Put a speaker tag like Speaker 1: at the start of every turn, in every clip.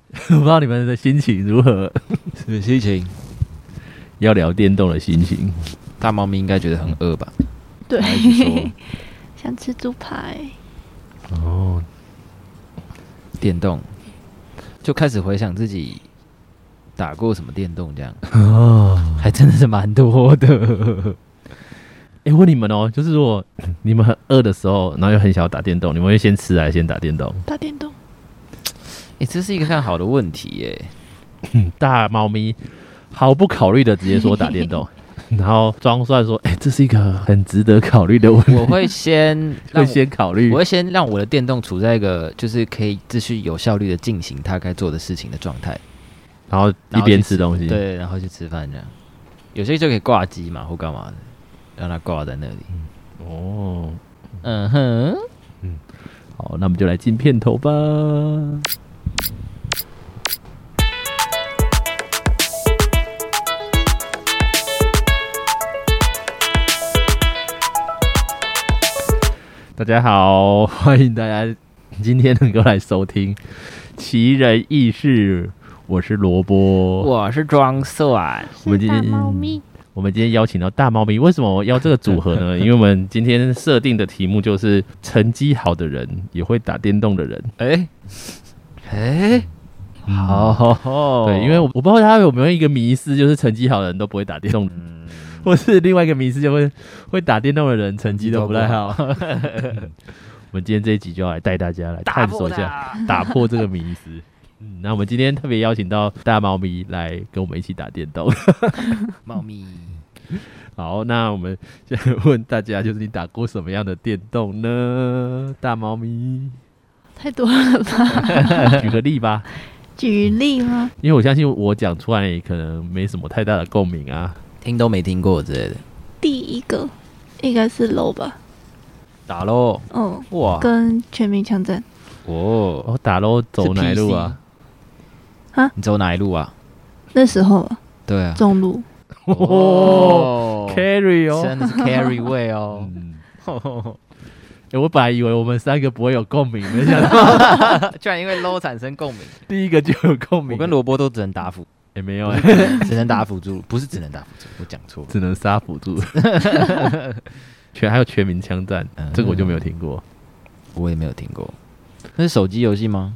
Speaker 1: 我不知道你们的心情如何，
Speaker 2: 什么心情？
Speaker 1: 要聊电动的心情。
Speaker 2: 大猫咪应该觉得很 饿吧？
Speaker 3: 对
Speaker 2: 来一起说，
Speaker 3: 想吃猪排，
Speaker 1: 哦，
Speaker 2: 电动，就开始回想自己打过什么电动，这样
Speaker 1: 哦，
Speaker 2: 还真的是蛮 多的。
Speaker 1: 哎、问你们哦，就是如果你们很饿的时候，然后又很想要打电动，你们会先吃还是先打电动？
Speaker 3: 打电动。
Speaker 2: 哎、这是一个非常好的问题耶。
Speaker 1: 大猫咪毫不考虑的直接说打电 动，然后装蒜说：“哎、这是一个很值得考虑的问题，
Speaker 2: 我会先
Speaker 1: 会
Speaker 2: 让
Speaker 1: 先考虑。
Speaker 2: 我会先让我的电动处在一个就是可以继续有效率的进行它该做的事情的状态，”
Speaker 1: 然后一边吃东西。，
Speaker 2: 对，然后去吃饭这样。有些就可以挂机嘛，或干嘛的，让它挂在那里。
Speaker 1: 哦，
Speaker 2: 嗯哼，
Speaker 1: 好，那我们就来进片头吧。大家好，欢迎大家今天能够来收听《奇人异事》，我是萝卜。
Speaker 2: 我是装蒜，
Speaker 1: 我们今天
Speaker 3: 是大猫咪，
Speaker 1: 我们今天邀请到大猫咪，为什么要这个组合呢？因为我们今天设定的题目就是成绩好的人也会打电动的人。
Speaker 2: 哎、哎、好，
Speaker 1: 对，因为我我不知道大家有没有一个迷思，就是成绩好的人都不会打电动， 或是另外一个迷思，就会会打电动的人成绩都不啊太好。 我们今天这一集就要来带大家来探索一下，
Speaker 2: 下。
Speaker 1: 打破这个迷思。 嗯，那我们今天特别邀请到大猫咪来跟我们一起打电动。
Speaker 2: 猫咪，
Speaker 1: 好，那我们现在问大家，就是你打过什么样的电动呢？大猫 咪，
Speaker 3: 太多了吧？
Speaker 1: 举个例吧，
Speaker 3: 举例吗？
Speaker 1: 因为我相信我讲出来可能没什么太大的共鸣啊。
Speaker 2: 听都没听过之类的，
Speaker 3: 第一个应该是 LO 吧，
Speaker 2: 打喽！
Speaker 3: 嗯，
Speaker 2: 哇
Speaker 3: 跟全民枪战。
Speaker 2: 哦，
Speaker 1: 哦，打喽，走哪一路啊？
Speaker 2: 你走哪一路啊？
Speaker 3: 那时候啊，
Speaker 2: 对啊，
Speaker 3: 中路
Speaker 1: 哦，carry 哦。
Speaker 2: 真的是 carry way 哦。
Speaker 1: 嗯，欸我本来以为我们三个不会有共鸣，没想到
Speaker 2: 居然因为 low 产生共鸣，
Speaker 1: 第一个就有共鸣。
Speaker 2: 我跟萝卜都只能打 辅，
Speaker 1: 也、没有、欸，
Speaker 2: 只能打辅助，不是只能打辅助，我讲错了。
Speaker 1: 只能杀辅助。全还有全民枪战，
Speaker 2: 嗯
Speaker 1: 这个我就没有听过。
Speaker 2: 我也没有听过，那是手机游戏吗？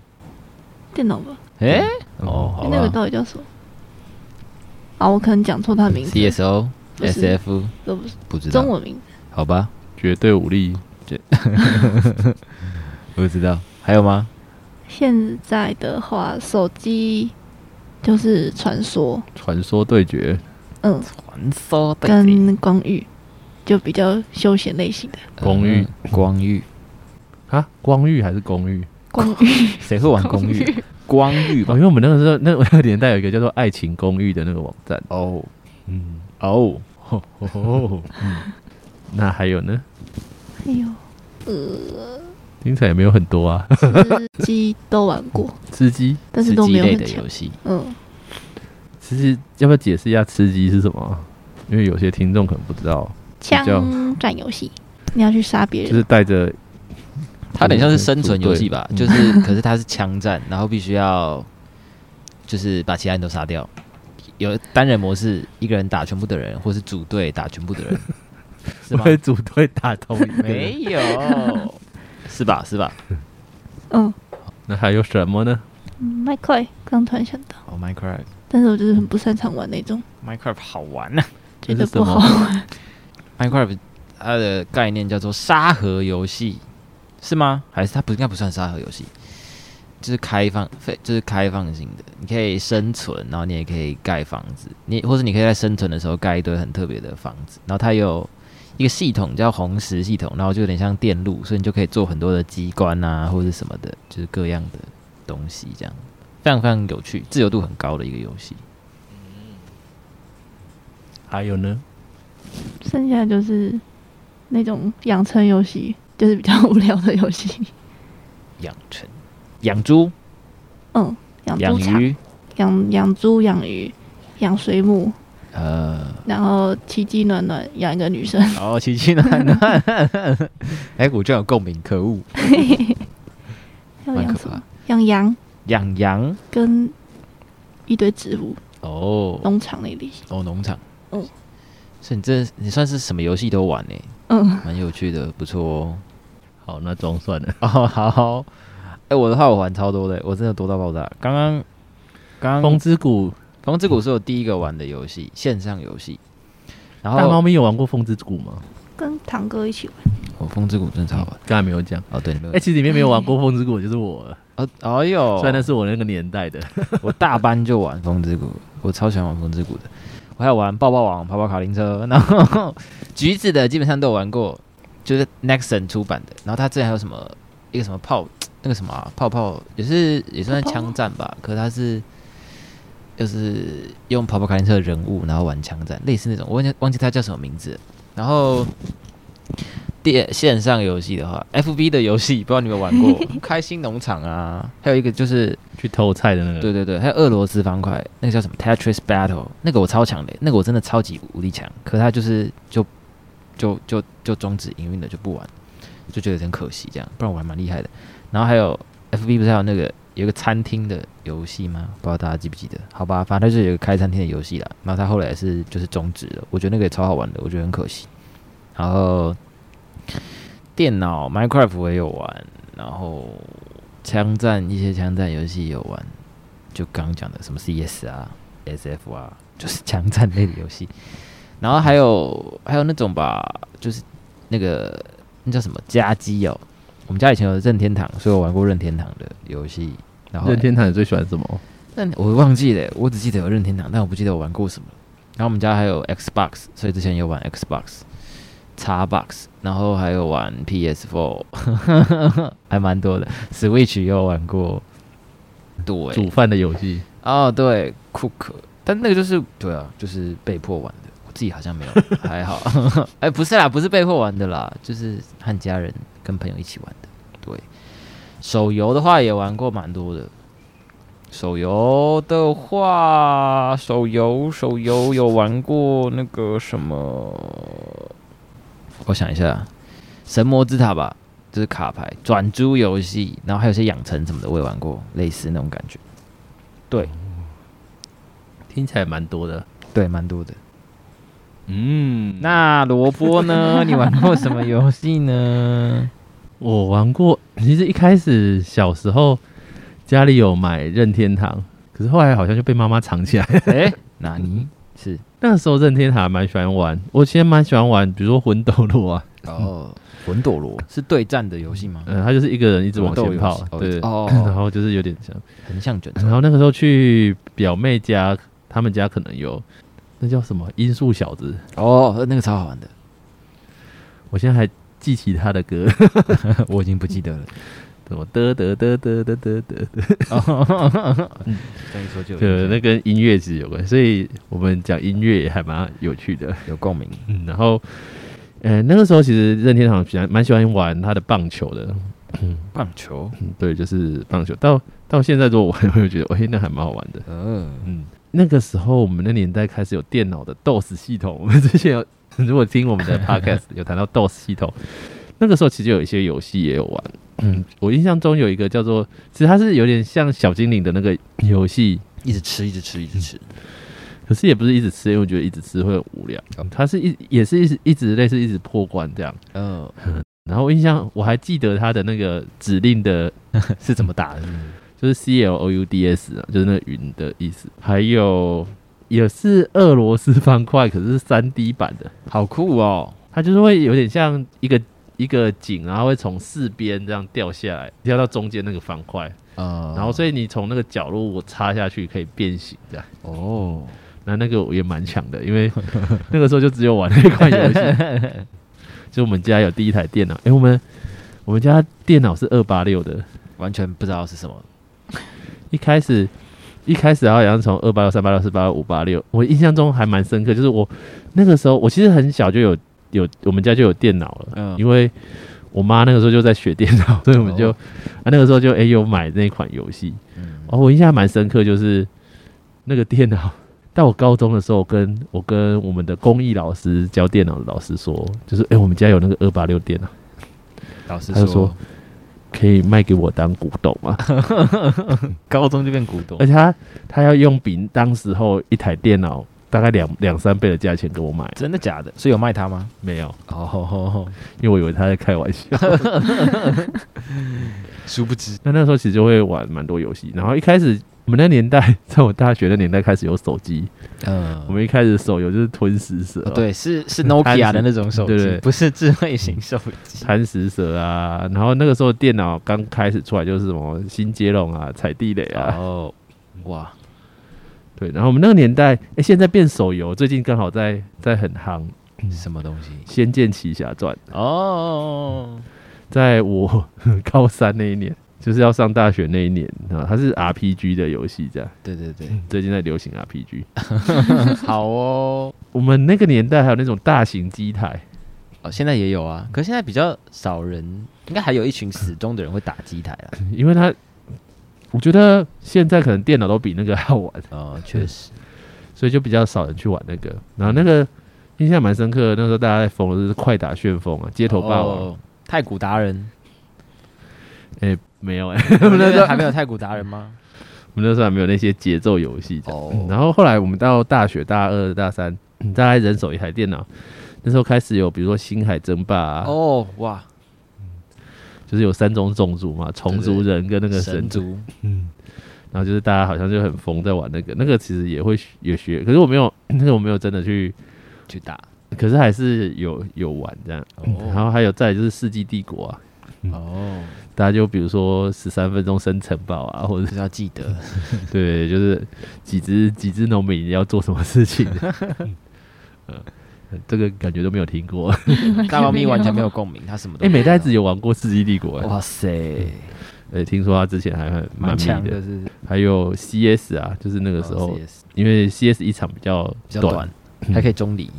Speaker 3: 电脑吧，
Speaker 2: 哎，
Speaker 1: 哦，好
Speaker 3: 那个
Speaker 1: 吧，
Speaker 3: 到底叫什么？啊，我可能讲错他的名字
Speaker 2: CSO、
Speaker 3: 不是
Speaker 2: SF
Speaker 3: 都不是
Speaker 2: 不知道
Speaker 3: 中，文名字。
Speaker 2: 好吧，
Speaker 1: 绝对武力。
Speaker 2: 我不知道。还有吗？
Speaker 3: 现在的话，手机就是传说，
Speaker 1: 传说对决，
Speaker 3: 嗯，
Speaker 2: 传说对决
Speaker 3: 跟光遇就比较休闲类型的
Speaker 1: 公寓
Speaker 2: 嗯光遇，
Speaker 1: 啊，光遇还是公寓？
Speaker 3: 光遇，
Speaker 2: 谁会玩公寓？ 光遇
Speaker 1: 哦，
Speaker 2: 吧
Speaker 1: 因。为我们那个时候那个年代有一个叫做《爱情公寓》的那个网站。
Speaker 2: 哦
Speaker 1: 嗯，
Speaker 2: 哦，
Speaker 1: 哦，哦嗯 那还有呢？
Speaker 3: 哎呦，
Speaker 1: 听起来也没有很多啊。
Speaker 3: 吃鸡都玩过，
Speaker 1: 吃鸡，
Speaker 3: 但是
Speaker 2: 吃
Speaker 3: 都
Speaker 2: 鸡
Speaker 3: 没有
Speaker 2: 类
Speaker 3: 很
Speaker 2: 的
Speaker 3: 强
Speaker 2: 游。戏，
Speaker 3: 嗯，
Speaker 1: 其实要不要解释一下吃鸡是什么啊？因为有些听众可能不知道，较
Speaker 3: 枪战游戏，你要去杀别
Speaker 1: 就
Speaker 3: 人，
Speaker 1: 是带着
Speaker 2: 它有点像是生存游戏吧，
Speaker 1: 嗯
Speaker 2: 就是可是它是枪战，然后必须要就是把其他人都杀掉。有单人模式，一个人打全部的人，或是组队打全部的 人，是吗？
Speaker 1: 为组队打同一个人。
Speaker 2: 没有， 是吧？是吧？
Speaker 3: 嗯，
Speaker 1: 那还有什么呢？
Speaker 3: 嗯麦块，刚突然想到，
Speaker 2: 哦，Minecraft，Minecraft
Speaker 3: 但是我就是很不擅长玩那种，
Speaker 2: 好玩啊
Speaker 3: 觉得
Speaker 1: 这是什
Speaker 3: 不好
Speaker 1: 么
Speaker 3: 玩。
Speaker 2: ！Minecraft 它的概念叫做沙盒游戏，是吗？还是它不应该不算沙盒游戏？就是开放，非就是开放性的，你可以生存，然后你也可以盖房子，你或者你可以在生存的时候盖一堆很特别的房子，然后它有一个系统叫红石系统，然后就有点像电路，所以你就可以做很多的机关啊或者什么的，就是各样的东西，这样非常非常有趣，自由度很高的一个游戏。
Speaker 1: 还有呢？
Speaker 3: 剩下就是那种养成游戏，就是比较无聊的游戏。
Speaker 2: 养成养猪、
Speaker 3: 嗯，养
Speaker 2: 养
Speaker 3: 猪场、
Speaker 2: 鱼，
Speaker 3: 养养猪、养鱼、养水母，
Speaker 2: 呃，
Speaker 3: 然后奇迹暖暖养一个女 生，
Speaker 2: 哦，奇奇暖暖，哎、我居然有共鸣，可恶，
Speaker 3: 要
Speaker 2: 蛮
Speaker 3: 养
Speaker 2: 可
Speaker 3: 什
Speaker 2: 怕
Speaker 3: 么？养羊，
Speaker 2: 养羊
Speaker 3: 跟一堆植物，
Speaker 2: 哦
Speaker 3: 农场那里，
Speaker 2: 哦，农场，
Speaker 3: 嗯，
Speaker 2: 所以你这你算是什么游戏都玩呢、欸
Speaker 3: 嗯，
Speaker 2: 蛮有趣的，不错哦。
Speaker 1: 好，那装算了。
Speaker 2: 哦，好，哎、我的话我玩超多的，我真的多到爆炸。刚刚刚刚
Speaker 1: 风之谷，
Speaker 2: 风之谷是我第一个玩的游戏，线上游戏。然
Speaker 1: 大猫
Speaker 2: 后
Speaker 1: 咪有玩过风之谷吗？
Speaker 3: 跟堂哥一起玩，
Speaker 2: 我风之谷真的超好玩。
Speaker 1: 啊刚才没有讲。
Speaker 2: 哦，对，你没有
Speaker 1: 哎、其实里面没有玩过风之谷，就是我了，
Speaker 2: 哦，哦哟
Speaker 1: 虽然，那是我那个年代的。
Speaker 2: 我大班就玩风之谷，我超喜欢玩风之谷的。我还有玩抱抱网、跑跑卡丁车，然后橘子的基本上都有玩过，就是 Nexon 出版的。然后它之前还有什么一个什么炮，那个什么啊、泡泡也是也算
Speaker 3: 泡泡
Speaker 2: 枪战吧，可是它是就是用跑跑卡丁车的人物，然后玩枪战，类似那种，我忘记忘记它叫什么名字了。然后电线上游戏的话，FB 的游戏不知道你有没有玩过， 开心农场啊，还有一个就是
Speaker 1: 去偷菜的那个。
Speaker 2: 对对对，还有俄罗斯方块，那个叫什么 Tetris Battle，那个我超强的，那个我真的超级无敌强，可他就是就就就就终止营运了，就不玩，就觉得有点可惜这样，不然我还蛮厉害的。然后还有 FB 不是还有那个有一个餐厅的游戏吗？不知道大家记不记得？好吧，反正就是有一个开餐厅的游戏啦。然后他后来是就是终止了，我觉得那个也超好玩的，我觉得很可惜。然后电脑 Minecraft 我也有玩，然后枪战一些枪战游戏也有玩，就刚刚讲的什么 CS 啊、SF 啊，就是枪战类的游戏。然后还有还有那种吧，就是那个那叫什么家机哦，我们家以前有任天堂，所以我玩过任天堂的游戏。然后
Speaker 1: 任天堂你最喜欢什么？
Speaker 2: 但我忘记了，我只记得有任天堂，但我不记得我玩过什么了。然后我们家还有 Xbox，所以之前有玩 Xbox、Xbox，然后还有玩 PS4，还蛮多的。Switch 也有玩过，对，
Speaker 1: 煮饭的游戏，
Speaker 2: 哦对，Cook，但那个就是对啊，就是被迫玩的。我自己好像没有，还好。 哎、不是啦，不是被迫玩的啦，就是和家人跟朋友一起玩的。对，手游的话也玩过蛮多的。手游的话，手游手游有玩过那个什么？我想一下，神魔之塔吧，就是卡牌转租游戏，然后还有些养成什么的，我也玩过，类似那种感觉。
Speaker 1: 听起来蛮多的。
Speaker 2: 对，蛮多的。
Speaker 1: 嗯，
Speaker 2: 那萝卜 呢？你玩过什么游戏 呢？
Speaker 1: 我玩过，其实一开始小时候家里有买任天堂，可是后来好像就被妈妈藏起来。
Speaker 2: 哎、哪尼是
Speaker 1: 那时候任天堂还蛮喜欢玩，我其实蛮喜欢玩，比如说魂斗罗啊，
Speaker 2: 哦，魂斗罗是对战的游戏吗？
Speaker 1: 嗯、它就是一个人一直往前跑，
Speaker 2: 斗游
Speaker 1: 对，
Speaker 2: 戏哦哦 哦
Speaker 1: 然后就是有点像。
Speaker 2: 横向卷轴
Speaker 1: 然后那个时候去表妹家，他们家可能有那叫什么音速小子，
Speaker 2: 哦，那个超好玩的，
Speaker 1: 我现在还记起他的歌，
Speaker 2: 我已经不记 得了。
Speaker 1: 什么得得得得得得得得，
Speaker 2: 这样一嗯说就有
Speaker 1: 对，
Speaker 2: 印象
Speaker 1: 那跟音乐其实有关，所以我们讲音乐也还蛮有趣的。
Speaker 2: 有共鸣。
Speaker 1: 嗯，然后，呃，那个时候其实任天堂喜欢蛮喜欢玩他的棒球的，
Speaker 2: 棒球，
Speaker 1: 嗯，对，就是棒球。到到现在如果玩，我就觉得，哎、那还蛮好玩的。
Speaker 2: 嗯，
Speaker 1: 嗯，那个时候我们那年代开始有电脑的 DOS 系统，我们之前有 如果听我们的 Podcast 有谈到 DOS 系统，那个时候其实有一些游戏也有玩。嗯，我印象中有一个叫做，其实它是有点像小精灵的那个游戏，
Speaker 2: 一直吃，一直吃，一直吃。
Speaker 1: 可是也不是一直吃，因为我觉得一直吃会很无聊。它是一也是一直一直类似一直破关这样。
Speaker 2: 嗯，
Speaker 1: 然后我印象我还记得它的那个指令的是怎么打的， 就是 C L O U D S 啊，就是那个云的意思。还有也是俄罗斯方块，可是三 D 版的，
Speaker 2: 好酷哦。
Speaker 1: 它就是会有点像一个一个井，然后会从四边这样掉下来，掉到中间那个方块，
Speaker 2: 嗯，
Speaker 1: 然后所以你从那个角落我插下去可以变形这样。
Speaker 2: 哦，
Speaker 1: 那那个我也蛮强的，因为那个时候就只有玩那款游戏。就我们家有第一台电脑，哎、我们我们家电脑是二八六的，
Speaker 2: 完全不知道是什么。
Speaker 1: 一开始一开始好像是从二八六、三八六、四八六、五八六，我印象中还蛮深刻，就是我那个时候我其实很小就有有我们家就有电脑了，
Speaker 2: 嗯
Speaker 1: 因为我妈那个时候就在学电脑， 所以我们就、
Speaker 2: 哦
Speaker 1: 啊那个时候就哎、有买那款游戏，
Speaker 2: 嗯，
Speaker 1: 哦，我印象还蛮深刻，就是那个电脑。 到我高中的时候跟，我跟我们的公益老师教电脑的老师说，就是哎、诶我们家有那个二八六电脑，
Speaker 2: 老师
Speaker 1: 他就
Speaker 2: 说
Speaker 1: 说，可以卖给我当啊古董吗？
Speaker 2: 高中就变古董
Speaker 1: 而，且他他要用比当时候一台电脑大概两两三倍的价钱给我买，
Speaker 2: 真的假的？所以有卖它吗？
Speaker 1: 没有，
Speaker 2: 哦，
Speaker 1: 因为我以为他在开玩笑。
Speaker 2: 殊不知，
Speaker 1: 那那时候其实就会玩蛮多游戏，然后一开始我们那年代，在我大学的年代开始有手机，
Speaker 2: 嗯
Speaker 1: 我，们一开始手游就是吞食蛇、啊
Speaker 2: 哦对，是是 Nokia 的那种手
Speaker 1: 对对
Speaker 2: 机，不是智慧型手机。
Speaker 1: 贪食蛇啊，然后那个时候电脑刚开始出来就是什么新接龙啊、踩地雷啊，
Speaker 2: 哦，哇，
Speaker 1: 对，然后我们那个年代，哎、现在变手游，最近刚好在在很夯，《
Speaker 2: 是什么东西？
Speaker 1: 仙剑奇侠传》，
Speaker 2: 哦，
Speaker 1: 在我 高三那一年，就是要上大学那一年啊，它是 RPG 的游戏，这样
Speaker 2: 对对对，
Speaker 1: 最近在流行 RPG。
Speaker 2: 好哦。
Speaker 1: 我们那个年代还有那种大型机台，
Speaker 2: 哦，现在也有啊，可是现在比较少人，应该还有一群死忠的人会打机台啦。
Speaker 1: 因为它，我觉得现在可能电脑都比那个好玩，
Speaker 2: 哦，确实，
Speaker 1: 所以就比较少人去玩那个。然后那个印象蛮深刻的，那时候大家在疯的是快打旋风啊，街头霸王，哎、
Speaker 2: 哦太古达人，
Speaker 1: 没有哎、
Speaker 2: 我们那边还没有太古达人吗？
Speaker 1: 我们那时候还没有那些节奏游戏这样。
Speaker 2: 哦
Speaker 1: 嗯然后后来我们到大学大二、大三，嗯大概人手一台电脑。那时候开始有，比如说《星海争霸》啊，
Speaker 2: 哦，哇，
Speaker 1: 就是有三种种族嘛，虫族人跟那个神
Speaker 2: 神
Speaker 1: 族，
Speaker 2: 族
Speaker 1: 然后就是大家好像就很疯在玩那个，那个其实也会学也学，可是我没有， 那个我没有真的去，
Speaker 2: 去打。
Speaker 1: 可是还是有有玩这样。然
Speaker 2: 哦，
Speaker 1: 后还有再来就是《世纪帝国》啊，
Speaker 2: 哦，
Speaker 1: 大家就比如说十三分钟生城堡 啊，或者
Speaker 2: 就是要记得。
Speaker 1: 对，就是几只几只农民要做什么事 情，嗯，这个感觉都没有听过。
Speaker 2: 啊大猫咪完全没有共鸣，它什么都
Speaker 1: 哎、
Speaker 2: 不知道。
Speaker 1: 美代子有玩过《世纪帝国、欸，
Speaker 2: 哇塞，
Speaker 1: 呃、听说他之前还很蛮迷
Speaker 2: 蛮强
Speaker 1: 的，
Speaker 2: 是
Speaker 1: 还有 CS 啊，就是那个时候，
Speaker 2: 哦，CS
Speaker 1: 因为 CS 一场比较
Speaker 2: 比较短，还可以中离。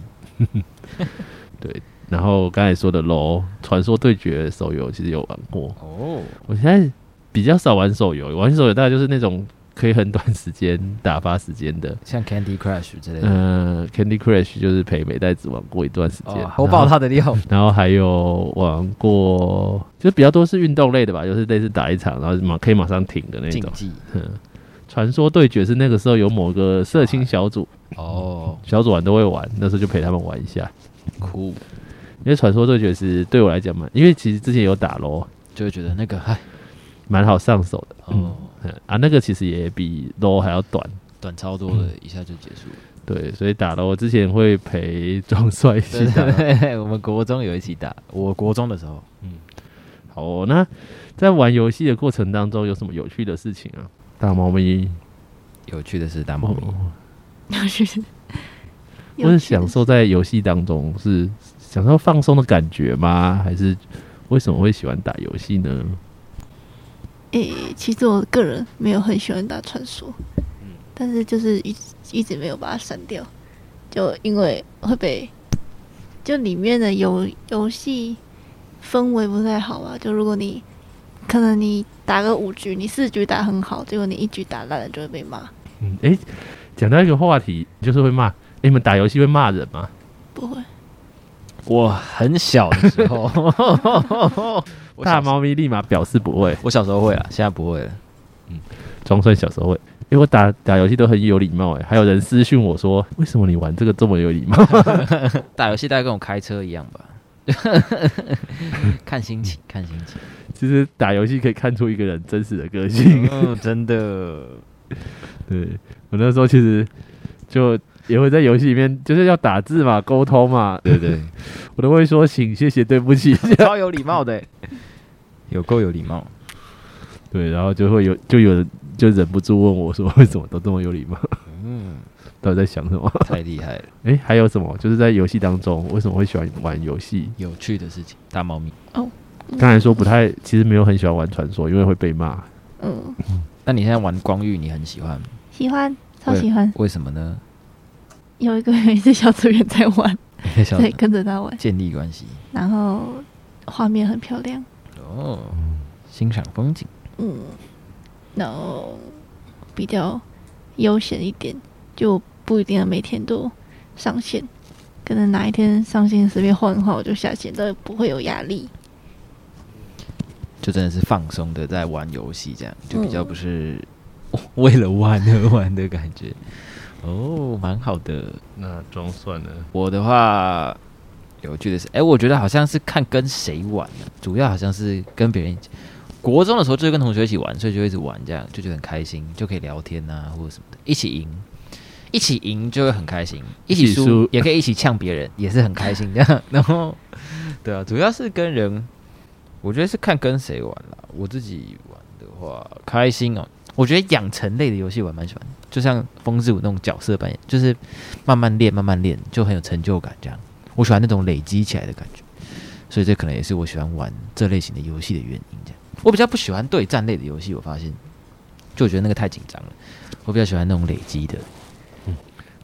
Speaker 1: 然后刚才说的楼传说对决手游其实有玩过，
Speaker 2: 哦，
Speaker 1: 我现在比较少玩手游，玩手游大概就是那种可以很短时间打发时间的。
Speaker 2: 像 Candy Crush 之类的。
Speaker 1: 嗯、c a n d y Crush 就是陪美代子玩过一段时间，
Speaker 2: 哦，我爆它的料。
Speaker 1: 然后还有玩过，就是比较多是运动类的吧，就是类似打一场，然后马可以马上停的那
Speaker 2: 竞
Speaker 1: 种。
Speaker 2: 技
Speaker 1: 传说对决是那个时候有某个社青小组，
Speaker 2: 哦，
Speaker 1: 小组玩都会玩，那时候就陪他们玩一下。
Speaker 2: 酷，
Speaker 1: 因为传说对决是对我来讲嘛，因为其实之前有打咯，
Speaker 2: 就会觉得那个哎，
Speaker 1: 蛮好上手的
Speaker 2: 哦，
Speaker 1: 嗯啊。那个其实也比 low 还要短，
Speaker 2: 短超多了，一下就结束了。
Speaker 1: 对，所以打 low 之前会陪庄帅一起
Speaker 2: 对
Speaker 1: 打。
Speaker 2: 对对，我们国中有一起打，我国中的时候，
Speaker 1: 好、哦，那在玩游戏的过程当中有什么有趣的事情啊？大猫咪，
Speaker 2: 有趣的是大猫咪，
Speaker 1: 嗯
Speaker 3: 要去，
Speaker 1: 我是享受在游戏当中，是享受放松的感觉吗？还是为什么会喜欢打游戏呢？
Speaker 3: 诶、其实我个人没有很喜欢打传说，但是就是一直一直没有把它删掉，就因为会被就里面的游游戏氛围不太好吧。啊就如果你可能你打个五局，你四局打很好，结果你一局打烂了就会被骂。
Speaker 1: 嗯，诶，讲到一个话题，就是会骂。诶你们打游戏会骂人吗？
Speaker 3: 不会，
Speaker 2: 我很小的时候， 我小
Speaker 1: 大猫咪立马表示不会。
Speaker 2: 我小时候会啊，现在不会了。
Speaker 1: 装蒜小时候会，欸因为我打打游戏都很有礼貌、欸诶，还有人私讯我说，为什么你玩这个这么有礼貌？
Speaker 2: 打游戏大概跟我开车一样吧， 看心情，看心情。
Speaker 1: 其实打游戏可以看出一个人真实的个性。
Speaker 2: 嗯，真的，
Speaker 1: 对我那时候其实就也会在游戏里面，就是要打字嘛，沟通嘛，
Speaker 2: 对对，
Speaker 1: 我都会说请、谢谢、对不起。
Speaker 2: 超有礼貌的， 有够有礼貌。
Speaker 1: 对，然后就 会有就有人就忍不住问我说，为什么都这么有礼貌？
Speaker 2: 嗯，
Speaker 1: 到底在想什么？
Speaker 2: 太厉害了，
Speaker 1: 诶，还有什么？就是在游戏当中，为什么会喜欢玩游戏？
Speaker 2: 有趣的事情。大猫咪，
Speaker 1: 刚才说不太，其实没有很喜欢玩传说，因为会被骂。
Speaker 3: 嗯，
Speaker 2: 那你现在玩光遇，你很喜欢，
Speaker 3: 喜欢，超喜欢。
Speaker 2: 为什么 呢？
Speaker 3: 有一个有一次小组员在玩，
Speaker 2: 小
Speaker 3: 对，跟着他玩，
Speaker 2: 建立关系
Speaker 3: 然后画面很漂亮，
Speaker 2: 哦，欣赏风景。
Speaker 3: 嗯，然后比较悠闲一点，就不一定每天都上线，可能哪一天上线随便晃一晃我就下线，但不会有压力。
Speaker 2: 就真的是放松的在玩游戏，这样就比较
Speaker 3: 嗯
Speaker 2: 不是为了玩而玩的感觉。哦，蛮好的。
Speaker 1: 那装算了，
Speaker 2: 我的话，有趣的是，哎、我觉得好像是看跟谁玩、啊，主要好像是跟别人一起。国中的时候就是跟同学一起玩，所以就一直玩，这样就觉得很开心，就可以聊天啊，或者什么的，一起赢，一起赢就会很开心，一起
Speaker 1: 一起
Speaker 2: 输
Speaker 1: 输
Speaker 2: 也可以一起呛别人，也是很开心 这样。然后，对啊，主要是跟人，我觉得是看跟谁玩啦。我自己玩的话，开心哦。我觉得养成类的游戏我还蛮喜欢的，就像风之舞那种角色扮演，就是慢慢练，慢慢练，就很有成就感。这样，我喜欢那种累积起来的感觉，所以这可能也是我喜欢玩这类型的游戏的原因。这样，我比较不喜欢对战类的游戏，我发现，就我觉得那个太紧张了。我比较喜欢那种累积的，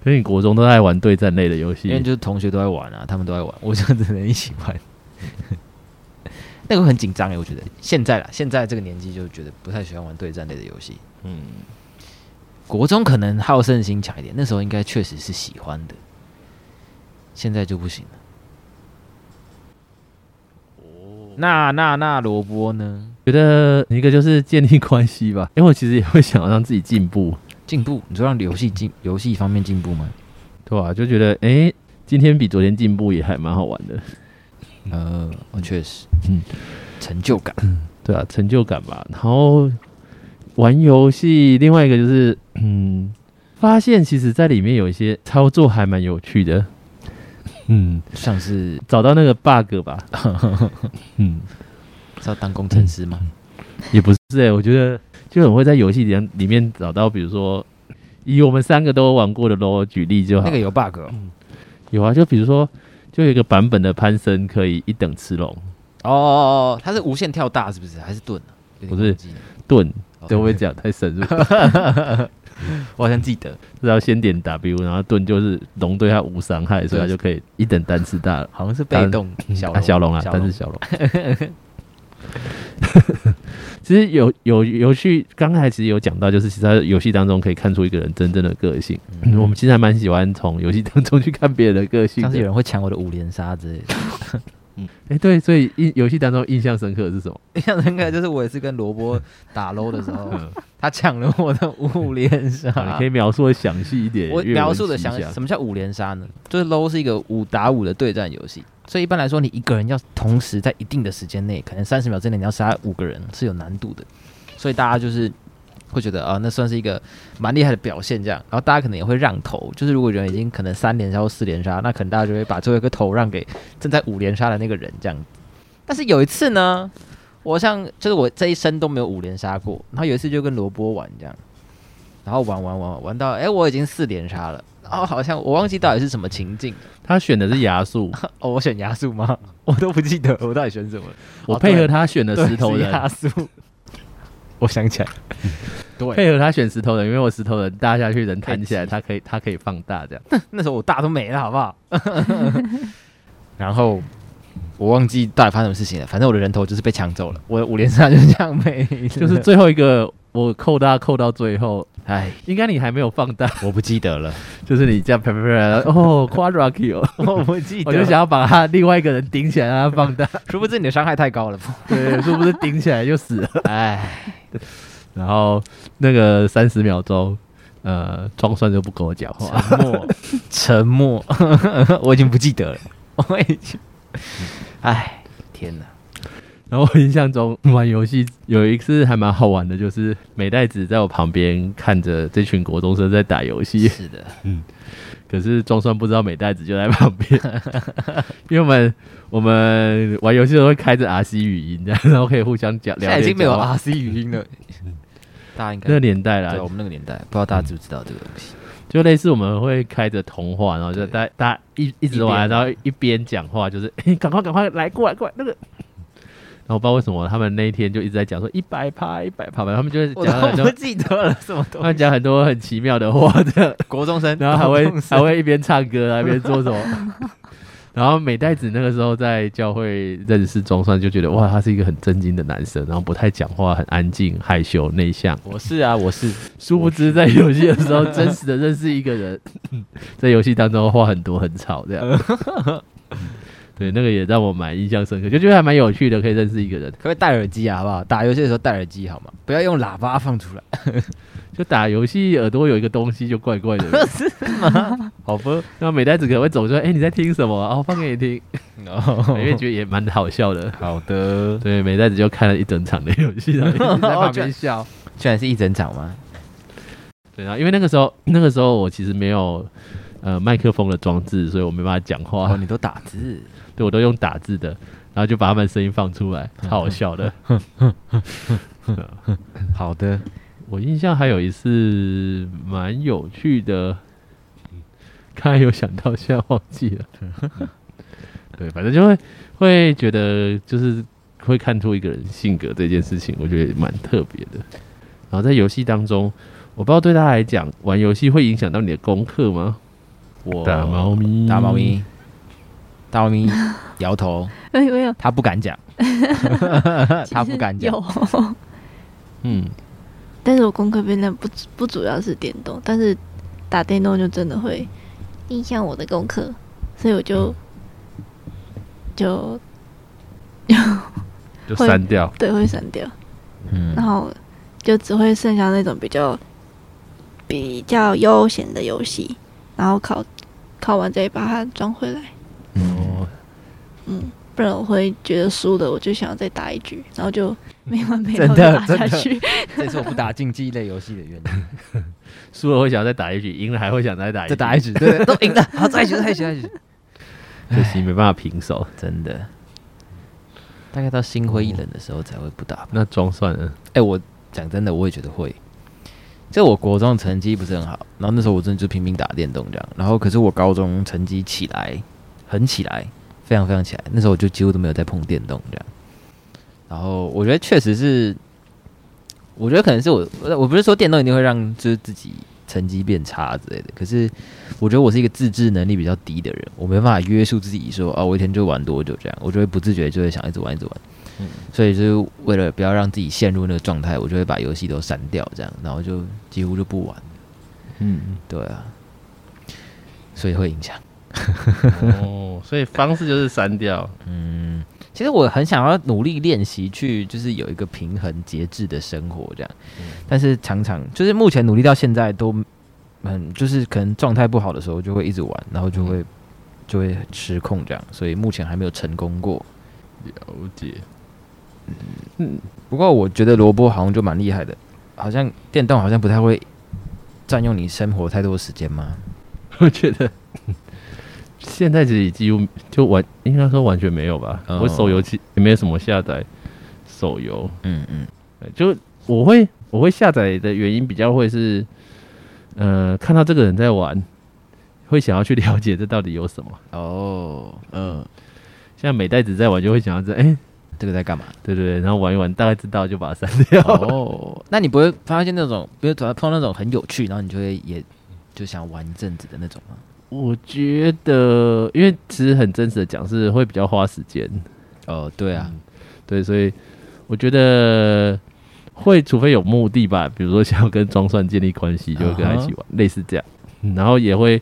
Speaker 1: 可是你国中都在玩对战类的游戏
Speaker 2: 因为，就是同学都在玩啊，他们都在玩，我就只能一起玩。 那个会很紧张哎，我觉得现在啦，现在这个年纪就觉得不太喜欢玩对战类的游戏。
Speaker 1: 嗯，
Speaker 2: 国中可能好胜心强一点，那时候应该确实是喜欢的，现在就不行了。
Speaker 1: 哦
Speaker 2: 那那那萝卜呢？
Speaker 1: 觉得一个就是建立关系吧， 因为我其实也会想要让自己进步，
Speaker 2: 进步？你说让游戏进游戏方面进步吗？
Speaker 1: 对吧、就觉得诶，今天比昨天进步也还蛮好玩的，
Speaker 2: 呃，我确实，
Speaker 1: 嗯，
Speaker 2: 成就感，
Speaker 1: 对啊，成就感吧。然后玩游戏，另外一个就是嗯，发现其实在里面有一些操作还蛮有趣的，嗯，
Speaker 2: 像是
Speaker 1: 找到那个 bug 吧，嗯，
Speaker 2: 是要当工程师吗？
Speaker 1: 也不是哎、我觉得就很会在游戏里面里面找到，比如说以我们三个都玩过的 LO 举例就好。
Speaker 2: 那个有 bug 哦
Speaker 1: 有啊，就比如说，就有一个版本的攀升可以一等吃龙
Speaker 2: 哦哦哦，它是无限跳大是不是？还是盾啊？有点
Speaker 1: 不是
Speaker 2: 忘记了，
Speaker 1: 盾，
Speaker 2: 哦
Speaker 1: 对我也讲太深入，
Speaker 2: 我好像记得，
Speaker 1: 是要先点 W，然后盾就是龙对它无伤害，所以它就可以一等单吃大了。
Speaker 2: 好像是被动小
Speaker 1: 啊
Speaker 2: 龙
Speaker 1: 小龙啊，
Speaker 2: 小
Speaker 1: 但是
Speaker 2: 龙
Speaker 1: 小龙。 其实有有游戏，刚才其实有讲到，就是其实在游戏当中可以看出一个人真正的个性。
Speaker 2: 嗯
Speaker 1: 我们其实还蛮喜欢从游戏当中去看别人的个性
Speaker 2: 像是有
Speaker 1: 的。
Speaker 2: 人会抢我的五连杀之类的。
Speaker 1: 哎、对，所以印游戏当中印象深刻的是 什么？
Speaker 2: 印象深刻就是我也是跟萝卜打 low 的时候
Speaker 1: 嗯，
Speaker 2: 他抢了我的 五连
Speaker 1: 啊你
Speaker 2: 杀
Speaker 1: 可。以描述的详细一点。
Speaker 2: 我
Speaker 1: 阅
Speaker 2: 描
Speaker 1: 文
Speaker 2: 述的
Speaker 1: 其
Speaker 2: 想
Speaker 1: 详
Speaker 2: 什么叫五连杀呢？就是 low 是一个五打五的对战游戏，所以一般来说，你一个人要同时在一定的时间内，可能三十秒之内你要杀五个人是有难度的，所以大家就是会觉得啊，那算是一个蛮厉害的表现这样。然后大家可能也会让头，就是如果有人已经可能三连杀或四连杀，那可能大家就会把最后一个头让给正在五连杀的那个人这样子。但是有一次呢，我像就是我这一生都没有五连杀过，然后有一次就跟萝卜玩这样，然后玩玩玩玩玩到哎、我已经四连杀了，然后好像我忘记到底是什么情境了
Speaker 1: 他选的是牙术，
Speaker 2: 哦，我选牙术吗？ 我都不记得我到底选什么了。
Speaker 1: 我
Speaker 2: 哦
Speaker 1: 配合
Speaker 2: 对
Speaker 1: 他选的
Speaker 2: 对
Speaker 1: 石头
Speaker 2: 是
Speaker 1: 人，
Speaker 2: 压缩。 我想起来， 对，
Speaker 1: 配合他选石头人，因为我石头人搭下去人弹起来，他可以他可以放大这样。
Speaker 2: 那时候我大都没了，好不 好？然后我忘记到底发生什么事情了，反正我的人头就是被抢走了，我的五连杀就是这样没了，
Speaker 1: 就是最后一个我扣他扣到最后，
Speaker 2: 哎，
Speaker 1: 应该你还没有放大，
Speaker 2: 我不记得了，
Speaker 1: 就是你这样啪啪啪，然后哦 quadra kill，
Speaker 2: 我不记得，
Speaker 1: 我就想，要把他另外一个人顶起来让他放大，
Speaker 2: 殊不知你的伤害太 高了，
Speaker 1: 对，是不是顶起来就死了？
Speaker 2: 哎，
Speaker 1: 然后那个三十秒钟，呃，装蒜就不跟我讲话，
Speaker 2: 沉默，沉默， 我已经不记得了，我已经，哎，天哪，
Speaker 1: 然后我印象中玩游戏有一次还蛮好玩的，就是美代子在我旁边看着这群国中生在打游戏，嗯
Speaker 2: 是的，
Speaker 1: 可是装蒜不知道美代子就在旁边， 因为我们我们玩游戏的时候会开着 RC 语音，这样然后可以互相讲
Speaker 2: 现
Speaker 1: 聊
Speaker 2: 在
Speaker 1: 天。
Speaker 2: 已经没有
Speaker 1: 讲话
Speaker 2: RC 语音了，大家应该
Speaker 1: 那个年代
Speaker 2: 对我
Speaker 1: 啦，
Speaker 2: 们那个年代，不知道大家知不知道这个东西。
Speaker 1: 就类似我们会开着童话，然后就
Speaker 2: 对
Speaker 1: 大大家一一直玩，
Speaker 2: 一边
Speaker 1: 然后一边讲话，就是 哎，赶快赶快来过来过来那个。然后不知道为什么他们那一天就一直在讲说一百趴一百趴，他们就是
Speaker 2: 我
Speaker 1: 讲很
Speaker 2: 都
Speaker 1: 多
Speaker 2: 不记得了，什么
Speaker 1: 他
Speaker 2: 东
Speaker 1: 们
Speaker 2: 西？
Speaker 1: 讲很多很奇妙的话的，
Speaker 2: 国中生，
Speaker 1: 然后还
Speaker 2: 高中
Speaker 1: 会
Speaker 2: 生
Speaker 1: 还会一边唱歌啊还一边做什 么。然后美代子那个时候在教会认识中算，就觉得哇，他是一个很正经的男生，然后不太讲话，很安静、害羞、内向。
Speaker 2: 我是啊，我是
Speaker 1: 殊不知在游戏的时候，真实 的认识一个人，在游戏当中话很多很吵这样。对，那个也让我蛮印象深刻，就觉得还蛮有趣的，可以认识一个人。
Speaker 2: 可不可以戴耳机啊？好不好？打游戏的时候戴耳机好吗？不要用喇叭放出来。
Speaker 1: 就打游戏耳朵有一个东西就怪怪 的，
Speaker 2: 好吧，
Speaker 1: 那美代子可能会走出来，哎、你在听什么啊？哦，放给你听，
Speaker 2: 哦 哎
Speaker 1: 因为觉得也蛮好笑的。
Speaker 2: 好的，
Speaker 1: 对，美代子就看了一整场的游戏，然后一直 在旁边笑。
Speaker 2: 居然是一整场吗？
Speaker 1: 对啊，因为那个时候，那个时候我其实没有呃麦克风的装置，所以我没办法讲话，
Speaker 2: 哦，你都打字，
Speaker 1: 对我都用打字的，然后就把他们声音放出来，超好笑的。
Speaker 2: 好的，
Speaker 1: 我印象还有一次蛮有趣的，嗯刚才有想到，现在忘记了。 对，反正就会会觉得就是会看出一个人性格这件事情，我觉得蛮特别的。然后在游戏当中，我不知道对他来讲，玩游戏会影响到你的功课吗？哦
Speaker 2: 我
Speaker 1: 打猫咪，
Speaker 2: 大猫，咪，大猫咪摇头，
Speaker 3: 没有没有，
Speaker 2: 他不敢 讲，呃他
Speaker 3: 其
Speaker 2: 不
Speaker 3: 实
Speaker 2: 敢讲。
Speaker 3: 有，
Speaker 1: 嗯，
Speaker 3: 但是我功课变得不不主要是电动，但是打电动就真的会影响我的功课，所以我就就
Speaker 1: 就
Speaker 3: 会
Speaker 1: 删掉。
Speaker 3: 对会删掉，
Speaker 2: 嗯
Speaker 3: 然，后就只会剩下那种比较比较悠闲的游戏，然后考考完再把它装回来，
Speaker 1: 哦，
Speaker 3: 不然我会觉得输的我就想要再打一局，然后就没完没
Speaker 2: 真的
Speaker 3: 了地打
Speaker 2: 真的
Speaker 3: 下去。
Speaker 2: 这是我不打竞技类游戏的原因。
Speaker 1: 输了会想再打一局，赢了还会想再打一局，
Speaker 2: 再打一局，对， 都赢了，好，再一局，再一局，再一局。
Speaker 1: 可惜没办法平手。
Speaker 2: 真的，大概到心灰意冷的时候才会不打吧。
Speaker 1: 那装算了，
Speaker 2: 哎、我讲真的，我也觉得会。就我国中成绩不是很好，然后那时候我真的就拼命打电动这样。然后可是我高中成绩起来，很起来，非常非常起来。那时候我就几乎都没有在碰电动这样。然后我觉得确实是，我觉得可能是我，我我不是说电动一定会让就是自己成绩变差之类的，可是我觉得我是一个自制能力比较低的人，我没办法约束自己说哦，我一天就玩多久这样，我就会不自觉就会想一直玩一直玩。所以就是为了不要让自己陷入那个状态，我就会把游戏都删掉，这样，然后就几乎就不玩。
Speaker 1: 嗯，
Speaker 2: 对啊，所以会影响。
Speaker 1: 哦，所以方式就是删掉。
Speaker 2: 嗯，其实我很想要努力练习去，就是有一个平衡节制的生活这样，
Speaker 1: 嗯
Speaker 2: 但是常常就是目前努力到现在都，嗯，就是可能状态不好的时候就会一直玩，然后就会、
Speaker 1: 嗯
Speaker 2: 就会失控这样，所以目前还没有成功过。
Speaker 1: 了解，
Speaker 2: 不过我觉得萝卜好像就蛮厉害的，好像电动好像不太会占用你生活太多时间吗？
Speaker 1: 我觉得现在其实几乎就完，应该说完全没有吧。
Speaker 2: 哦
Speaker 1: 我手游其也没有什么下载手游，
Speaker 2: 嗯嗯
Speaker 1: 呃就我会我会下载的原因比较会是，呃，看到这个人在玩，会想要去了解这到底有什么。
Speaker 2: 哦，嗯，
Speaker 1: 像美代子在玩，就会想要这哎、
Speaker 2: 这个在 干嘛？
Speaker 1: 对对对，然后玩一玩，大概知道就把它删掉。
Speaker 2: 哦，那你不会发现那种，比如主要碰到那种很有趣，然后你就会也就想玩一阵子的那种吗？
Speaker 1: 我觉得，因为其实很真实的讲，是会比较花时间。
Speaker 2: 哦，对啊，
Speaker 1: 对，所以我觉得会，除非有目的吧，比如说想要跟装蒜建立关系，就会跟他一起玩
Speaker 2: 啊
Speaker 1: 类似这样。嗯然后也会，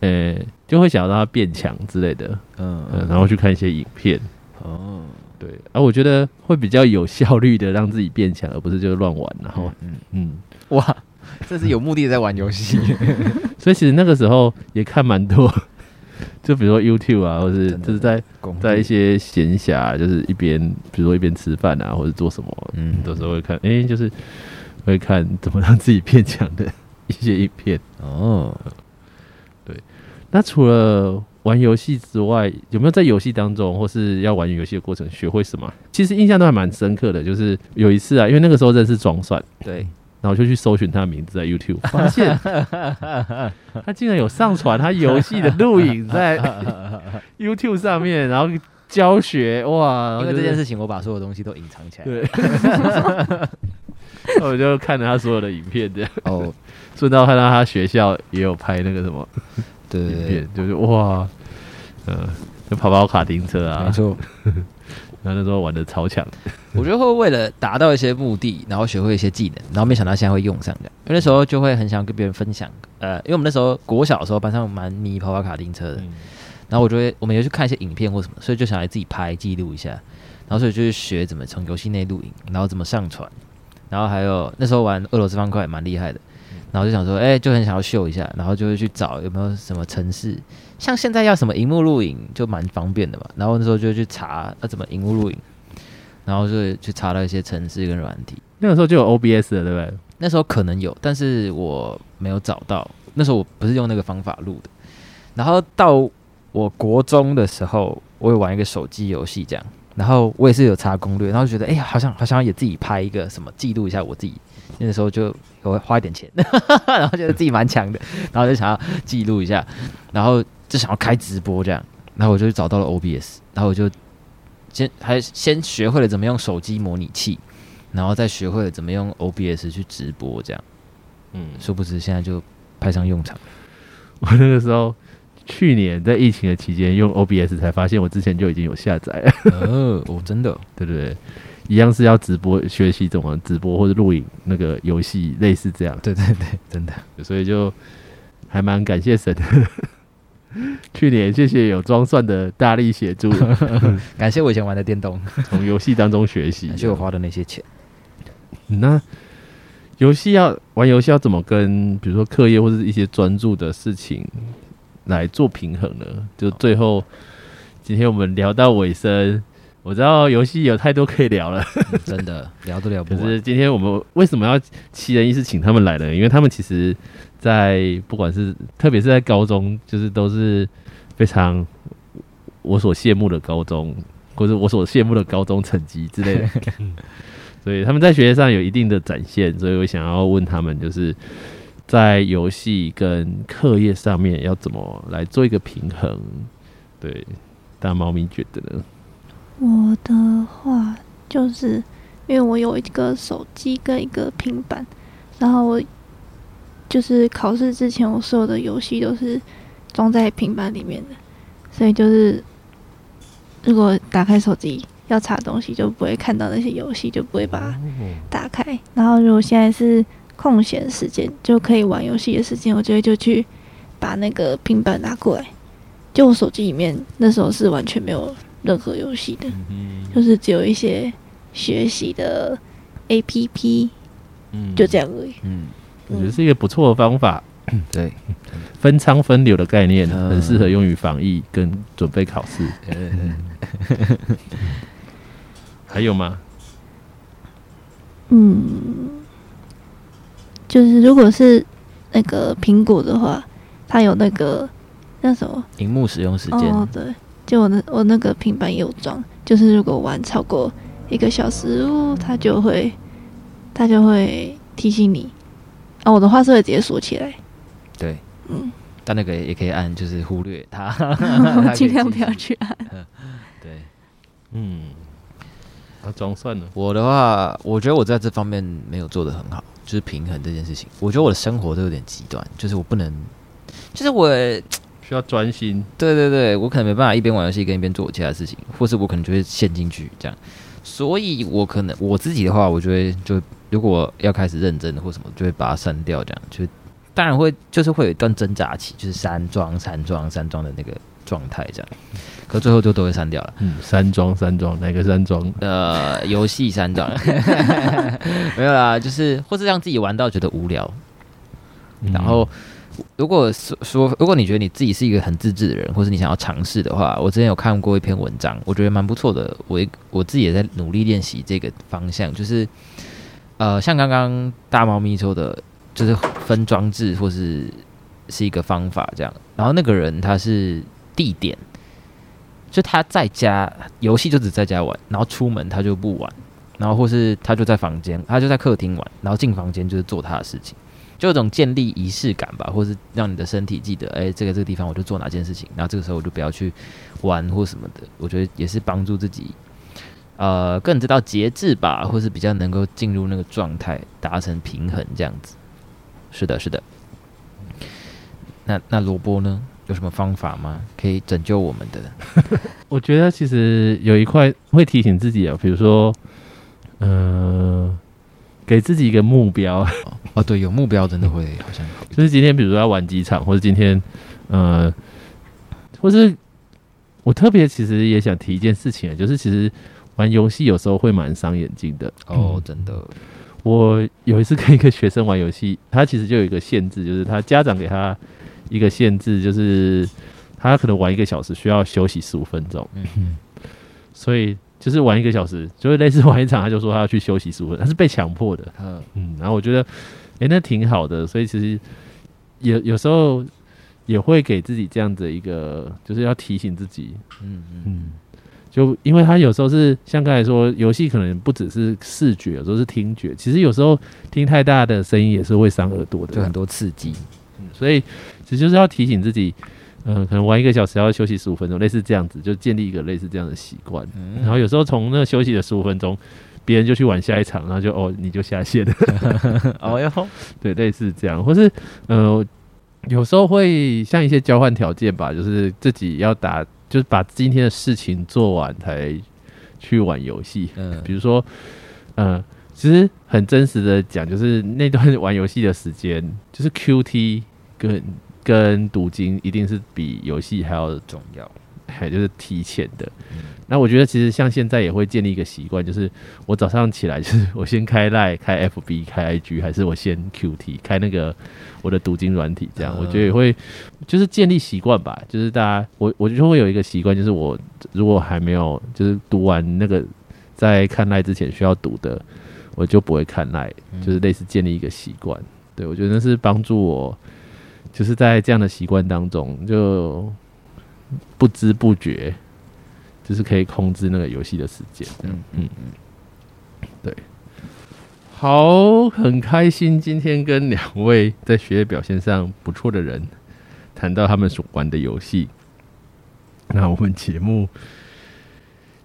Speaker 1: 呃，就会想要让他变强之类的，
Speaker 2: 嗯
Speaker 1: 嗯、然后去看一些影片。
Speaker 2: 哦，
Speaker 1: 对，啊，我觉得会比较有效率的让自己变强，而不是就是乱玩。然后，
Speaker 2: 嗯，
Speaker 1: 嗯，
Speaker 2: 哇， 这是有目的在玩游 戏，
Speaker 1: 所以其实那个时候也看蛮多， 就比如说 YouTube 啊，或是
Speaker 2: 真的
Speaker 1: 就是在
Speaker 2: 攻略
Speaker 1: 在一些闲暇，就是一边比如说一边吃饭啊，或者做什么，
Speaker 2: 嗯
Speaker 1: 有时候会看，哎、就是会看怎么让自己变强的一些影片。
Speaker 2: 哦，
Speaker 1: 那除了玩游戏之外，有没有在游戏当中或是要玩游戏的过程学会什么啊？其实印象都还蛮深刻的，就是有一次啊，因为那个时候认识装蒜，
Speaker 2: 对，
Speaker 1: 然后我就去搜寻他的名字在 YouTube，发现他竟然有上传他游戏的录影在 YouTube 上面，然后教学哇，
Speaker 2: 因为这
Speaker 1: 事。
Speaker 2: 件事情我把所有东西都隐藏起来，
Speaker 1: 对，那 我就看了他所有的影片，这样
Speaker 2: 哦，
Speaker 1: 顺道看到他学校也有拍那个什么
Speaker 2: 对
Speaker 1: 影
Speaker 2: 对对
Speaker 1: 片，就是哇，呃，就跑跑卡丁车啊
Speaker 2: 没，错。
Speaker 1: 然后那时候玩的超强，
Speaker 2: 我觉得会为了达到一些目的，然后学会一些技能，然后没想到现在会用上的。因为那时候
Speaker 1: 嗯
Speaker 2: 就会很想跟别人分享，呃，因为我们那时候国小的时候班上蛮迷跑跑卡丁车的，然后我就会我们也去看一些影片或什么，所以就想来自己拍记录一下，然后所以就是学怎么从游戏内录影，然后怎么上传，然后还有那时候玩俄罗斯方块也蛮厉害的，然后就想说，哎、就很想要秀一下，然后就会去找有没有什么城市，像现在要什么荧幕录影就蛮方便的嘛，然后那时候就去查要怎么荧幕录影，然后就去查到一些城市跟软体，
Speaker 1: 那个时候就有 OBS 了，对不对？
Speaker 2: 那时候可能有，但是我没有找到。那时候我不是用那个方法录的。然后到我国中的时候，我有玩一个手机游戏这样，然后我也是有查攻略，然后觉得哎、呀，好像好像也自己拍一个什么记录一下我自己。那时候就有花一点钱， 然后觉得自己蛮强的，然后就想要记录一下，然后就想要开直播这样。然后我就找到了 OBS，然后我就先还先学会了怎么用手机模拟器，然后再学会了怎么用 OBS 去直播，这样
Speaker 1: 嗯，
Speaker 2: 殊不知现在就派上用场。
Speaker 1: 我那个时候去年在疫情的期间用 OBS 才发现，我之前就已经有下载了，
Speaker 2: 哦，哦，真的哦，
Speaker 1: 对不对？一样是要直播学习怎么直播或者录影那个游戏，类似这样，
Speaker 2: 对对对，真的。
Speaker 1: 所以就还蛮感谢神的。 去年谢谢有装蒜的大力协助，
Speaker 2: 感谢我以前玩的电 动，
Speaker 1: 从游戏当中学习。
Speaker 2: 感谢我花的那些钱。
Speaker 1: 嗯那游戏要玩游戏要怎么跟比如说课业或者一些专注的事情来做平衡呢？就最后今天我们聊到尾声，我知道游戏有太多可以聊了，
Speaker 2: 嗯真的聊都聊不
Speaker 1: 可
Speaker 2: 完。
Speaker 1: 是今天我们为什么要七人一是请他们来呢？因为他们其实在不管是特别是在高中，就是都是非常我所羡慕的高中，或者我所羡慕的高中成绩之类的。所以他们在学业上有一定的展现，所以我想要问他们，就是在游戏跟课业上面要怎么来做一个平衡？对，大猫咪觉得呢？
Speaker 3: 我的话就是因为我有一个手机跟一个平板，然后我就是考试之前，我所有的游戏都是装在平板里面的，所以就是如果打开手机要查东西，就不会看到那些游戏，就不会把它打开。然后如果现在是空闲时间，就可以玩游戏的时间，我就会就去把那个平板拿过来。就我手机里面那时候是完全没有任何游戏的，就是只有一些学习的 A P P，
Speaker 1: 嗯
Speaker 3: 就这样而已。
Speaker 2: 嗯，
Speaker 1: 我觉得是一个不错的方法。
Speaker 2: 对，
Speaker 1: 分仓分流的概念，
Speaker 2: 嗯
Speaker 1: 很适合用于防疫跟准备考试。
Speaker 2: 嗯
Speaker 1: 还有吗？
Speaker 3: 嗯，就是如果是那个苹果的话，它有那个那什么
Speaker 2: 荧幕使用时间，
Speaker 3: 哦，对，就我那我那个平板也有装，就是如果玩超过一个小时，哦，它就会它就会提醒你。啊、我的话是会直接锁起来，
Speaker 2: 对，
Speaker 3: 嗯，
Speaker 2: 但那个也可以按，就是忽略 它， 它可以
Speaker 3: 尽量不要
Speaker 2: 继续。
Speaker 3: 去按。
Speaker 2: 对，
Speaker 1: 嗯，啊，装蒜呢？
Speaker 2: 我的话，我觉得我在这方面没有做得很好，就是平衡这件事情。我觉得我的生活都有点极端，就是我不能，就是我，
Speaker 1: 需要专心。
Speaker 2: 对对对，我可能没办法一边玩游戏跟一边做我其他事情，或是我可能就会陷进去这样。所以我可能我自己的话，我就会就如果要开始认真的或什么，就会把它删掉，这样就当然会就是会有一段挣扎期，就是删装删装删装的那个状态这样，可最后就都会删掉了。
Speaker 1: 嗯，山庄，山庄，哪个山庄？
Speaker 2: 呃，游戏删掉了，没有啦，就是或是让自己玩到觉得无聊，
Speaker 1: 嗯
Speaker 2: 然后，如果说说，如果你觉得你自己是一个很自制的人，或是你想要尝试的话，我之前有看过一篇文章，我觉得蛮不错的。我也我自己也在努力练习这个方向，就是呃，像刚刚大猫咪说的，就是呃分装置或是是一个方法这样。然后那个人他是地点，就他在家游戏就只在家玩，然后出门他就不玩，然后或是他就在房间，他就在客厅玩，然后进房间就是做他的事情。就有种建立仪式感吧，或是让你的身体记得，哎、这个这个地方我就做哪件事情，然后这个时候我就不要去玩或什么的。我觉得也是帮助自己，呃，更知道节制吧，或是比较能够进入那个状态，达成平衡这样子。是的，是的。那那萝卜呢？有什么方法吗？可以拯救我们的？
Speaker 1: 我觉得其实有一块会提醒自己啊，比如说，呃，给自己一个目标，
Speaker 2: 哦，对，有目标真的会好像好一点
Speaker 1: 就是今天比如说要玩几场，或者今天，呃，或是我特别其实也想提一件事情，啊就是其实玩游戏有时候会蛮伤眼睛的。
Speaker 2: 哦，真的，
Speaker 1: 我有一次跟一个学生玩游戏，他其实就有一个限制，就是他家长给他一个限制，就是他可能玩一个小时需要休息十五分钟，
Speaker 2: 嗯，
Speaker 1: 所以就是玩一个小时，就是类似玩一场，他就说他要去休息十五分钟，他是被强迫的。
Speaker 2: 呃
Speaker 1: 嗯，然后我觉得，诶，那挺好的，所以其实有有时候也会给自己这样的一个，就是要提醒自己，
Speaker 2: 嗯嗯
Speaker 1: 嗯，就因为它有时候是像刚才说，游戏可能不只是视觉，有时候是听觉，其实有时候听太大的声音也是会伤耳朵
Speaker 2: 就
Speaker 1: 的
Speaker 2: 很，多刺激，
Speaker 1: 嗯所以其实就是要提醒自己，嗯、可能玩一个小时要休息十五分钟，类似这样子，就建立一个类似这样的习惯。
Speaker 2: 嗯
Speaker 1: 然后有时候从那个休息的十五分钟，别人就去玩下一场，然后就哦你就下线了，
Speaker 2: 哦哟，
Speaker 1: 对，类似这样，或是呃，有时候会像一些交换条件吧，就是自己要打，就是把今天的事情做完才去玩游戏。
Speaker 2: 嗯
Speaker 1: 比如说，呃，其实很真实的讲，就是那段 玩游戏的时间，就是 QT 跟跟读经一定是比游戏还要
Speaker 2: 重要，
Speaker 1: 还就是提前的。那我觉得其实像现在也会建立一个习惯，就是我早上起来 就是我先开 Line、开 FB、开 IG，还是我先 QT 开那个我的读经软体，这样、
Speaker 2: 嗯
Speaker 1: 我觉得也会就是建立习惯吧。就是大家我我就会有一个习惯，就是我如果还没有就是读完那个在看 Line 之前需要读的，我就不会看 Line，就是类似建立一个习惯。对我觉得那是帮助我，就是在这样的习惯当中就不知不觉，就是可以控制那个游戏的时间。
Speaker 2: 嗯
Speaker 1: 嗯嗯，对。好，很开心今天跟两位在学业表现上不错的人谈到他们所玩的游戏。那我们节目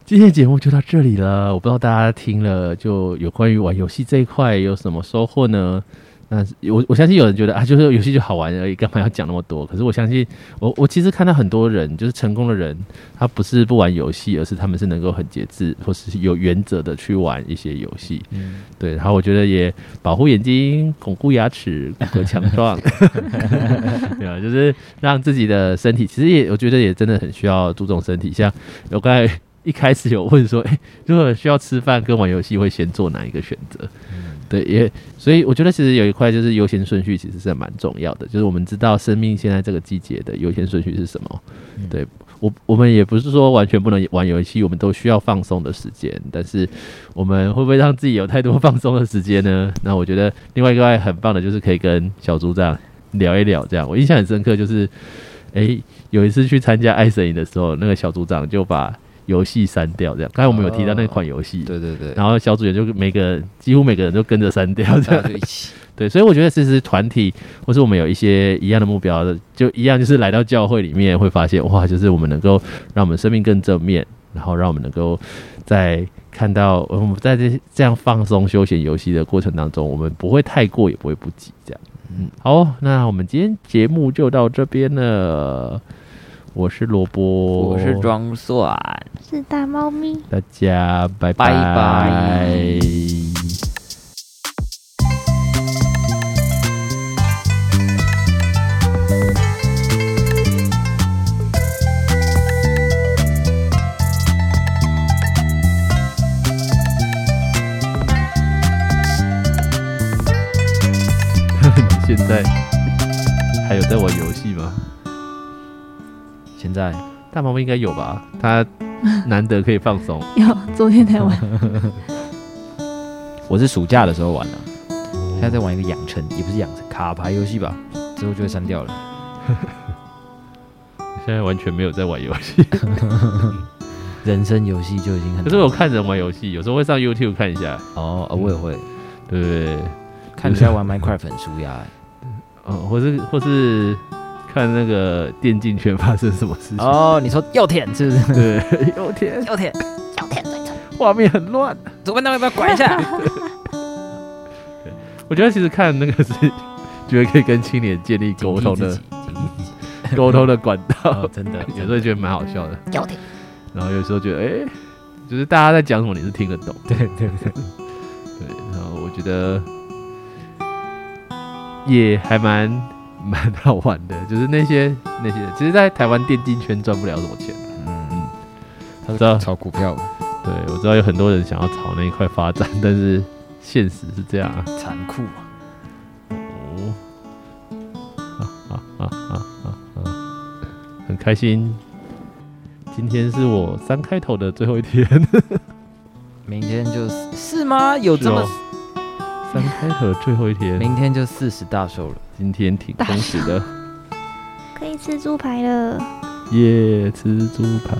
Speaker 1: 今天的节目就到这里了，我不知道大家听了就有关于玩游戏这一块有什么收获呢？那我我相信有人觉得啊，就是游戏就好玩而已，干嘛要讲那么多？可是我相信，我我其实看到很多人，就是成功的人，他不是不玩游戏，而是他们是能够很节制或是有原则的去玩一些游戏。
Speaker 2: 嗯，
Speaker 1: 对，然后我觉得也保护眼睛，巩固牙齿，骨骼强壮， 对啊，就是让自己的身体，其实也我觉得也真的很需要注重身体。像我刚才一开始有问说，哎、如果需要吃饭跟玩游戏，会先做哪一个选择？对，也所以我觉得其实有一块就是优先顺序，其实是蛮重要的。就是我们知道生命现在这个季节的优先顺序是什么。
Speaker 2: 嗯
Speaker 1: 对我，我们也不是说完全不能玩游戏，我们都需要放松的时间。但是我们会不会让自己有太多放 松的时间呢？那我觉得另外一个很棒的就是可以跟小猪这样聊一聊。这样我印象很深刻，就是诶、有一次去参加爱神 E 营的时候，那个小组长就把游戏删掉。这样刚才我们有提到那款游戏。
Speaker 2: 对对对，
Speaker 1: 然后小组员就每个几乎每个人都跟着删掉，这
Speaker 2: 大
Speaker 1: 样
Speaker 2: 家就一起，
Speaker 1: 对，所以我觉得其实团体或是我们有一些一样的目标的，就一样就是来到教会里面会发现，哇，就是我们能够让我们生命更正面，然后让我们能够在看到呃我们在这这样放松休闲游戏的过程当中，我们不会太过，也不会不及，这样。嗯，好，那我们今天节目就到这边了。我是萝卜，
Speaker 2: 我是装蒜，
Speaker 3: 是大猫咪。
Speaker 1: 大家拜
Speaker 2: 拜
Speaker 1: 拜
Speaker 2: 拜
Speaker 1: 现在还有在玩游戏吗？
Speaker 2: 现在
Speaker 1: 大猫咪应该有吧？它难得可以放松。
Speaker 3: 有，昨天才玩，
Speaker 2: 我是暑假的时候玩的，现在在玩一个养成，也不是养成卡牌游戏吧，之后就会删掉了。
Speaker 1: 现在完全没有在玩游戏，
Speaker 2: 人生游戏就已经很难，
Speaker 1: 可是我看人玩游戏，有时候会上 YouTube 看一下，
Speaker 2: 哦，哦我也会
Speaker 1: 对不对？
Speaker 2: 看人家玩 Minecraft 很舒压，
Speaker 1: 嗯，或是或是看那个电竞圈发生什么事情。
Speaker 2: 哦，你说要舔是不是？
Speaker 1: 对， 有天
Speaker 2: 要舔，
Speaker 3: 小舔嘴唇。
Speaker 1: 画面很乱。
Speaker 2: 左边那边要不要拐一下？
Speaker 1: 我觉得其实看那个是， 觉得可以跟青年 建立沟通的
Speaker 2: 谨记自己，
Speaker 1: 沟通的管道
Speaker 2: 哦，，真 的，
Speaker 1: 有时候觉得蛮好笑的，
Speaker 3: 有点
Speaker 1: 然后有时候觉得哎、就是大家在讲什么你是听得懂。
Speaker 2: 对对对，
Speaker 1: 对，然后我觉得也还蛮 蛮好玩的，就是那些那些，其实，在台湾电竞圈赚不了什么钱，
Speaker 2: 嗯。
Speaker 1: 我知道，
Speaker 2: 炒股票吧，
Speaker 1: 对我知道有很多人想要朝那一块发展，但是现实是这样啊。
Speaker 2: 残酷啊！
Speaker 1: 哦，啊啊啊啊啊啊！ 很开心，今天是我三开头的最后一天，
Speaker 2: 明天就是是哦吗？有这么
Speaker 1: 是三开头的最后一天，
Speaker 2: 明天就四十大寿了。
Speaker 1: 今天挺充实的，
Speaker 4: 可以吃猪排了。
Speaker 1: 耶，吃猪排。